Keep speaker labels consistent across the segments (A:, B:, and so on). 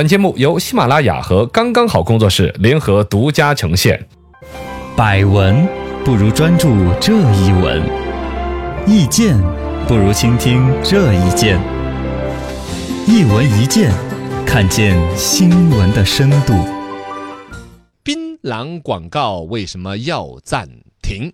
A: 本节目由喜马拉雅和刚刚好工作室联合独家呈现。
B: 百闻不如专注这一闻，意见不如倾听这一见。一闻一见，看见新闻的深度。
C: 槟榔广告为什么要暂停？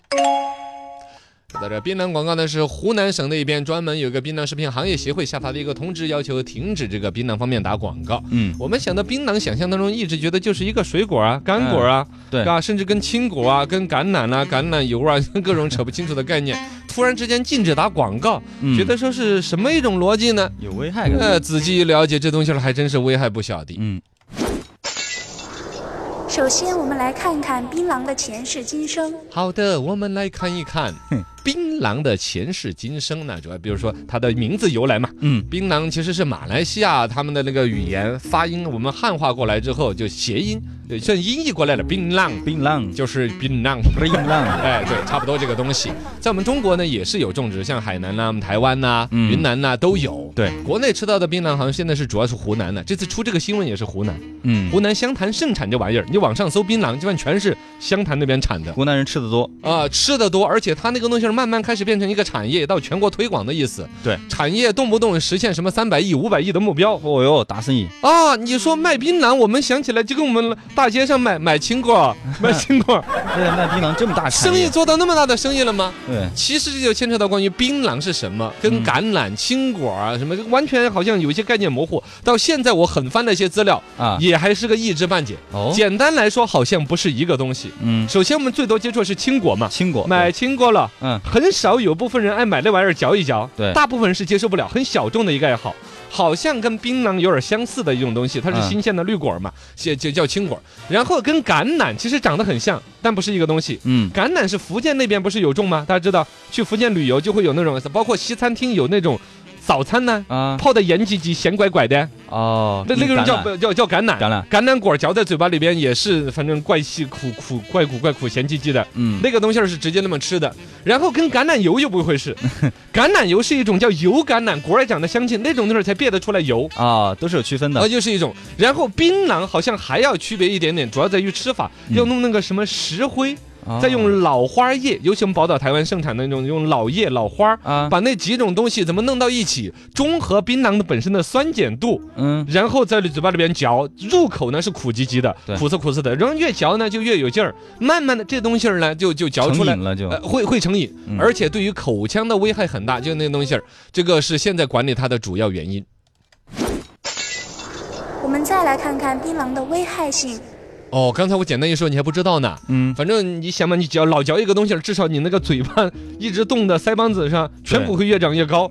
C: 在这槟榔广告呢，是湖南省那边专门有一个槟榔食品行业协会下发的一个通知，要求停止这个槟榔方面打广告。
B: 嗯，
C: 我们想到槟榔，想象当中一直觉得就是一个水果啊、干果啊，
B: 对
C: 啊，甚至跟青果啊、跟橄榄啊、橄榄油啊， 各种扯不清楚的概念，突然之间禁止打广告，觉得说是什么一种逻辑呢？
B: 嗯有危害感。
C: 呃，仔细一了解这东西了，还真是危害不小的。
B: 嗯
D: 首先，我们来看看槟榔的前世今生。
C: 好的，我们来看一看
B: 哼
C: 槟榔的前世今生呢，主要比如说它的名字由来嘛。
B: 嗯，
C: 槟榔其实是马来西亚他们的那个语言发音，我们汉化过来之后就谐音，对算音译过来了，槟榔
B: 槟榔，
C: 就是槟榔。
B: 槟榔，
C: 哎，对，差不多这个东西，在我们中国呢也是有种植，像海南呐、台湾呐、
B: 嗯
C: 云南呐、都有。
B: 对，
C: 国内吃到的槟榔好像现在是主要是湖南的，这次出这个新闻也是湖南，
B: 嗯，
C: 湖南湘潭盛产这玩意儿，你网上搜槟榔，基本全是湘潭那边产的。
B: 湖南人吃的多。
C: 啊，吃的多，而且它那个东西是慢慢开始变成一个产业，到全国推广的意思。
B: 对，
C: 产业动不动实现什么三百亿、五百亿的目标
B: 哦哟，打生意。
C: 啊！你说卖槟榔，我们想起来就跟我们大街上买买青果、买青 果，
B: 对，卖槟榔这么大产
C: 生
B: 业
C: 意。做到那么大的生意了吗？
B: 对，
C: 其实这就牵扯到关于槟榔是什么，
B: 嗯
C: 跟橄榄、青果啊什么，完全好像有一些概念模糊。到现在我很翻了一些资料，
B: 啊，
C: 也还是个一知半解。
B: 哦，
C: 简单来说，好像不是一个东西。
B: 嗯，
C: 首先，我们最多接触的是青果嘛，
B: 青果
C: 买，青果了。
B: 嗯，
C: 很少有部分人爱买那玩意儿嚼一嚼，
B: 对
C: 大部分人是接受不了，很小众的一个爱好，好像跟槟榔有点相似的一种东西，它是
B: 嗯
C: 新鲜的绿果嘛，就就叫青果，然后跟橄榄其实长得很像，但不是一个东西。
B: 嗯，
C: 橄榄是福建那边不是有种吗？大家知道，去福建旅游就会有那种，包括西餐厅有那种早餐呢。
B: 啊，
C: 泡的盐唧唧、咸拐拐的，
B: 哦，
C: 那那个
B: 人
C: 人叫叫叫橄榄，
B: 橄榄
C: 橄榄果嚼在嘴巴里边也是，反正怪细苦苦怪苦怪苦咸唧唧的，
B: 嗯，
C: 那个东西儿是直接那么吃的，然后跟橄榄油又不会 是，橄榄油是一种叫油橄榄，果儿也长得相近，那种东西儿才变得出来油，
B: 啊，都是有区分的
C: 那。就是一种。然后槟榔好像还要区别一点点，主要在于吃法，
B: 嗯
C: 要弄那个什么石灰，
B: 啊
C: 再用老花叶，尤其我们宝岛台湾盛产的那种用老叶老花儿。
B: 啊，
C: 把那几种东西怎么弄到一起，中和槟榔的本身的酸碱度，
B: 嗯，
C: 然后在嘴巴里边嚼，入口呢是苦唧唧的
B: 对，
C: 苦涩苦涩的，然后越嚼呢就越有劲儿，慢慢的这东西儿呢就就嚼
B: 成
C: 出来
B: 瘾了就
C: 呃，会会成瘾
B: 嗯，
C: 而且对于口腔的危害很大，就那东西儿，这个是现在管理它的主要原因。
D: 我们再来看看槟榔的危害性。
C: 哦，刚才我简单一说，你还不知道呢。
B: 嗯，
C: 反正你想嘛，你只要老嚼一个东西儿，至少你那个嘴巴 一直动的腮帮子上，颧骨会越长越 高。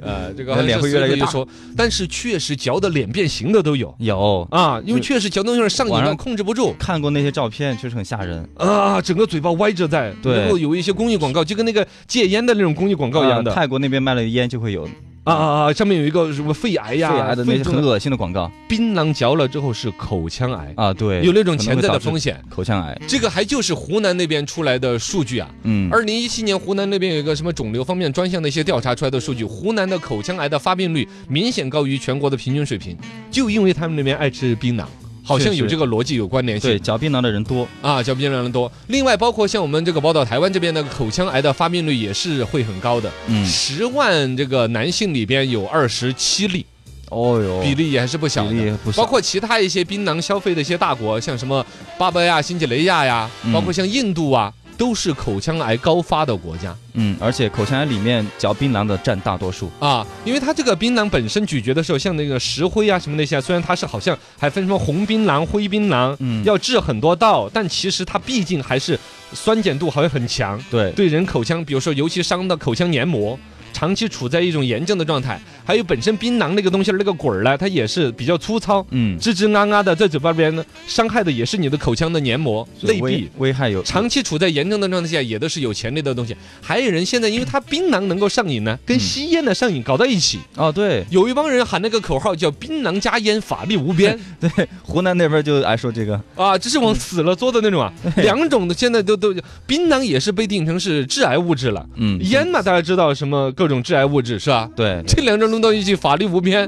C: 呃，这个好像
B: 脸
C: 是
B: 会越来
C: 随
B: 越
C: 口一
B: 大
C: 说，但是确实嚼的脸变形的都有
B: 有
C: 啊，因为
B: 是
C: 确实嚼东西儿上瘾
B: 晚
C: 到
B: 上
C: 控制不住。
B: 看过那些照片，确实很吓人，
C: 啊，整个嘴巴歪着在，
B: 对
C: 然后有一些公益广告，就跟那个戒烟的那种公益广告一样的
B: 啊泰国那边卖了烟就会有
C: 啊啊啊！上面有一个什么肺癌
B: 肺
C: 呀，
B: 癌的那些
C: 肺
B: 很
C: 中
B: 恶心的广告
C: 槟榔嚼了之后是口腔癌，
B: 啊，对，
C: 有那种潜在的风
B: 险，
C: 险。
B: 口腔癌，
C: 这个还就是湖南那边出来的数据啊。
B: 嗯，
C: 二零一七年湖南那边有一个什么肿瘤方面专项的一些调查出来的数据，湖南的口腔癌的发病率明显高于全国的平均水平，就因为他们那边爱吃槟榔。好像
B: 是
C: 有
B: 是
C: 这个逻辑有关联性
B: 对，嚼槟榔的人多，
C: 啊，嚼槟榔的多。另外，包括像我们这个宝岛台湾这边的口腔癌的发病率也是会很高的，
B: 嗯，
C: 十万这个男性里边有二十七例，
B: 哦哟，
C: 比例也还是不小的
B: 比。例不
C: 包
B: 少，
C: 括其他一些槟榔消费的一些大国，像什么巴布亚新几内亚呀
B: 嗯，
C: 包括像印度啊，都是口腔癌高发的国家
B: 嗯，而且口腔癌里面嚼槟榔的占大多数，
C: 啊。因为它这个槟榔本身咀嚼的时候，像那个石灰啊什么那些啊，虽然它是好像还分什么红槟榔、灰槟榔，
B: 嗯
C: 要治很多道，但其实它毕竟还是酸碱度好像很强，
B: 对，
C: 对人口腔，比如说尤其伤到口腔黏膜。长期处在一种炎症的状态，还有本身槟榔那个东西儿那个滚儿呢，它也是比较粗糙，
B: 嗯，
C: 吱吱啊啊的在嘴巴边呢，伤害的也是你的口腔的黏膜、
B: 所
C: 内
B: 以
C: 壁
B: 危。危害有
C: 长期处在炎症的状态下，也都是有潜力的东西。还有人现在，因为他槟榔能够上瘾呢，跟
B: 嗯
C: 吸烟的上瘾搞到一起。
B: 哦，对
C: 有一帮人喊那个口号叫“槟榔加烟，法力无 边
B: 对，湖南那边就爱说这个，”
C: 啊，这是往死了做的那 种啊。两种的现在都都，槟榔也是被定成是致癌物质了。
B: 嗯，
C: 烟嘛，大家知道什么各种致癌物质，是吧？
E: 对，
C: 这两种弄到一起，法律无边，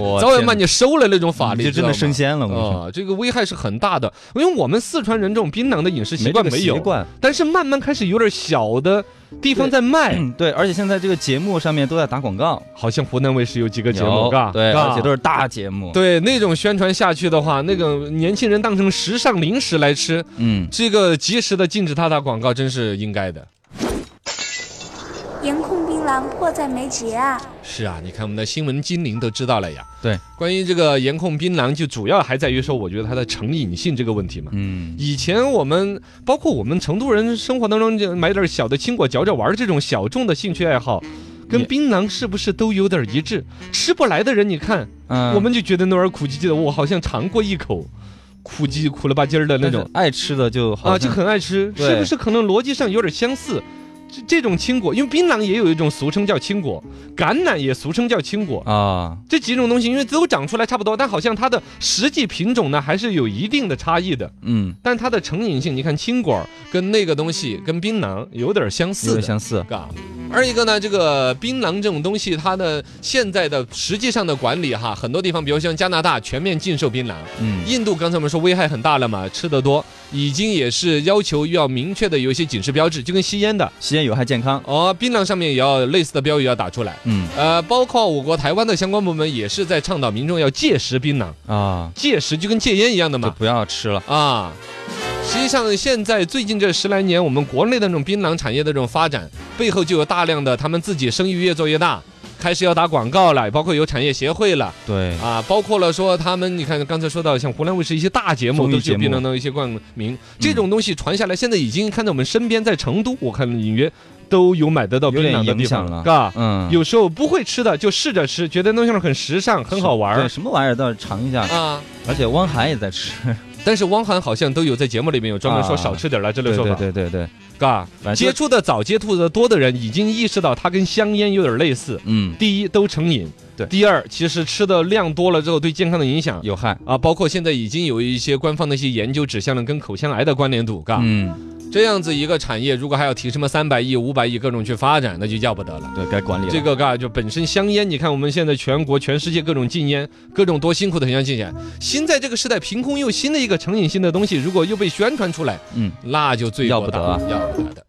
E: 我
C: 早晚
E: 天
C: 把你收了那种法
E: 你
C: 律，
E: 这真的
C: 知道吗
E: 升仙了，我跟你说，
C: 啊、这个危害是很大的，因为我们四川人这种槟榔的饮食习惯
E: 没这个
C: 没有，
E: 习惯
C: 但是慢慢开始有点小的地方在卖，
E: 嗯对，而且现在这个节目上面都在打广告，
C: 好像湖南卫视有几个节目，
E: 有
C: 嘎，
E: 对，
C: 嘎
E: 而且都是大节目，，
C: 对那种宣传下去的话，那个年轻人当成时尚零食来吃，
E: 嗯，
C: 这个及时的禁止他打广告，真是应该的。
D: 严控槟榔迫在眉睫啊！
C: 是啊，你看我们的新闻精灵都知道了呀。
E: 对，
C: 关于这个严控槟榔，就主要还在于说，我觉得它的成瘾性这个问题嘛。
E: 嗯，
C: 以前我们包括我们成都人生活当中，就买点小的青果嚼嚼玩儿这种小众的兴趣爱好，
E: 嗯
C: 跟
E: 也
C: 槟榔是不是都有点一致？吃不来的人，你看
E: 嗯
C: 我们就觉得那玩意儿苦唧唧的，我好像尝过一口，苦唧苦了吧唧儿的那
E: 嗯但是
C: 种
E: 爱吃的就好
C: 啊，就
E: 像
C: 很爱吃，
E: 对
C: 是不是？可能逻辑上有点相似。这这种青果，因为槟榔也有一种俗称叫青果，橄榄也俗称叫青果，
E: 啊，
C: 这几种东西因为都长出来差不多，但好像它的实际品种呢还是有一定的差异的。
E: 嗯，
C: 但它的成瘾性，你看青果儿跟那个东西跟槟榔有点相
E: 有
C: 似
E: 点
C: 的。
E: 相似，
C: 啊，二一个呢，这个槟榔这种东西，它的现在的实际上的管理哈，很多地方，比如像加拿大全面禁售槟榔，
E: 嗯，
C: 印度刚才我们说危害很大了嘛，吃得多，已经也是要求要明确的有一些警示标志，就跟吸烟的
E: 吸烟有害健康，
C: 哦，槟榔上面也要类似的标语要打出来。
E: 嗯
C: 呃，包括我国台湾的相关部门也是在倡导民众要戒食槟榔，
E: 啊，
C: 戒食就跟戒烟一样的
E: 就
C: 嘛。
E: 不要吃了，
C: 啊。实际上，现在最近这十来年，我们国内的那种槟榔产业的这种发展，背后就有大量的他们自己生意越做越大，开始要打广告了，包括有产业协会了
E: 对，
C: 啊，包括了说他们，你看刚才说到像湖南卫视一些大节目
E: 综艺
C: 都是有
E: 节目
C: 槟榔的一些冠名，这种东西传下来，现在已经看到我们身边，在成都，我看隐约都有买得到
E: 有
C: 槟
E: 点
C: 榔的地
E: 影
C: 方
E: 响了，
C: 嘎。
E: 嗯，
C: 有时候不会吃的就试着吃，觉得那像很时尚，很好玩
E: 对，
C: 儿
E: 什么玩意儿倒是尝一下，
C: 啊。
E: 而且汪涵也在吃，
C: 但是汪涵好像都有在节目里面有专门说
E: 啊
C: 少吃点儿了这类
E: 对
C: 说法
E: 对，对对对，
C: 嘎，
E: 反正
C: 接触的早、接触的多的人，已经意识到它跟香烟有点类似。
E: 嗯，
C: 第一，都成瘾；
E: 对嗯
C: 第二，其实吃的量多了之后，对健康的影响
E: 有害，
C: 啊，包括现在已经有一些官方的一些研究指向了跟口腔癌的关联度，嘎。
E: 嗯，
C: 这样子一个产业，如果还要提什么三百亿、五百亿各种去发展，那就要不得了。
E: 对该管理了，
C: 这个啊嘎就本身香烟，你看我们现在全国、全世界各种禁烟，各种多辛苦的想要禁烟。现在这个时代，凭空又新的一个成瘾性的东西，如果又被宣传出来，
E: 嗯，
C: 那就罪
E: 要
C: 过大
E: 不得啊
C: 要不得的。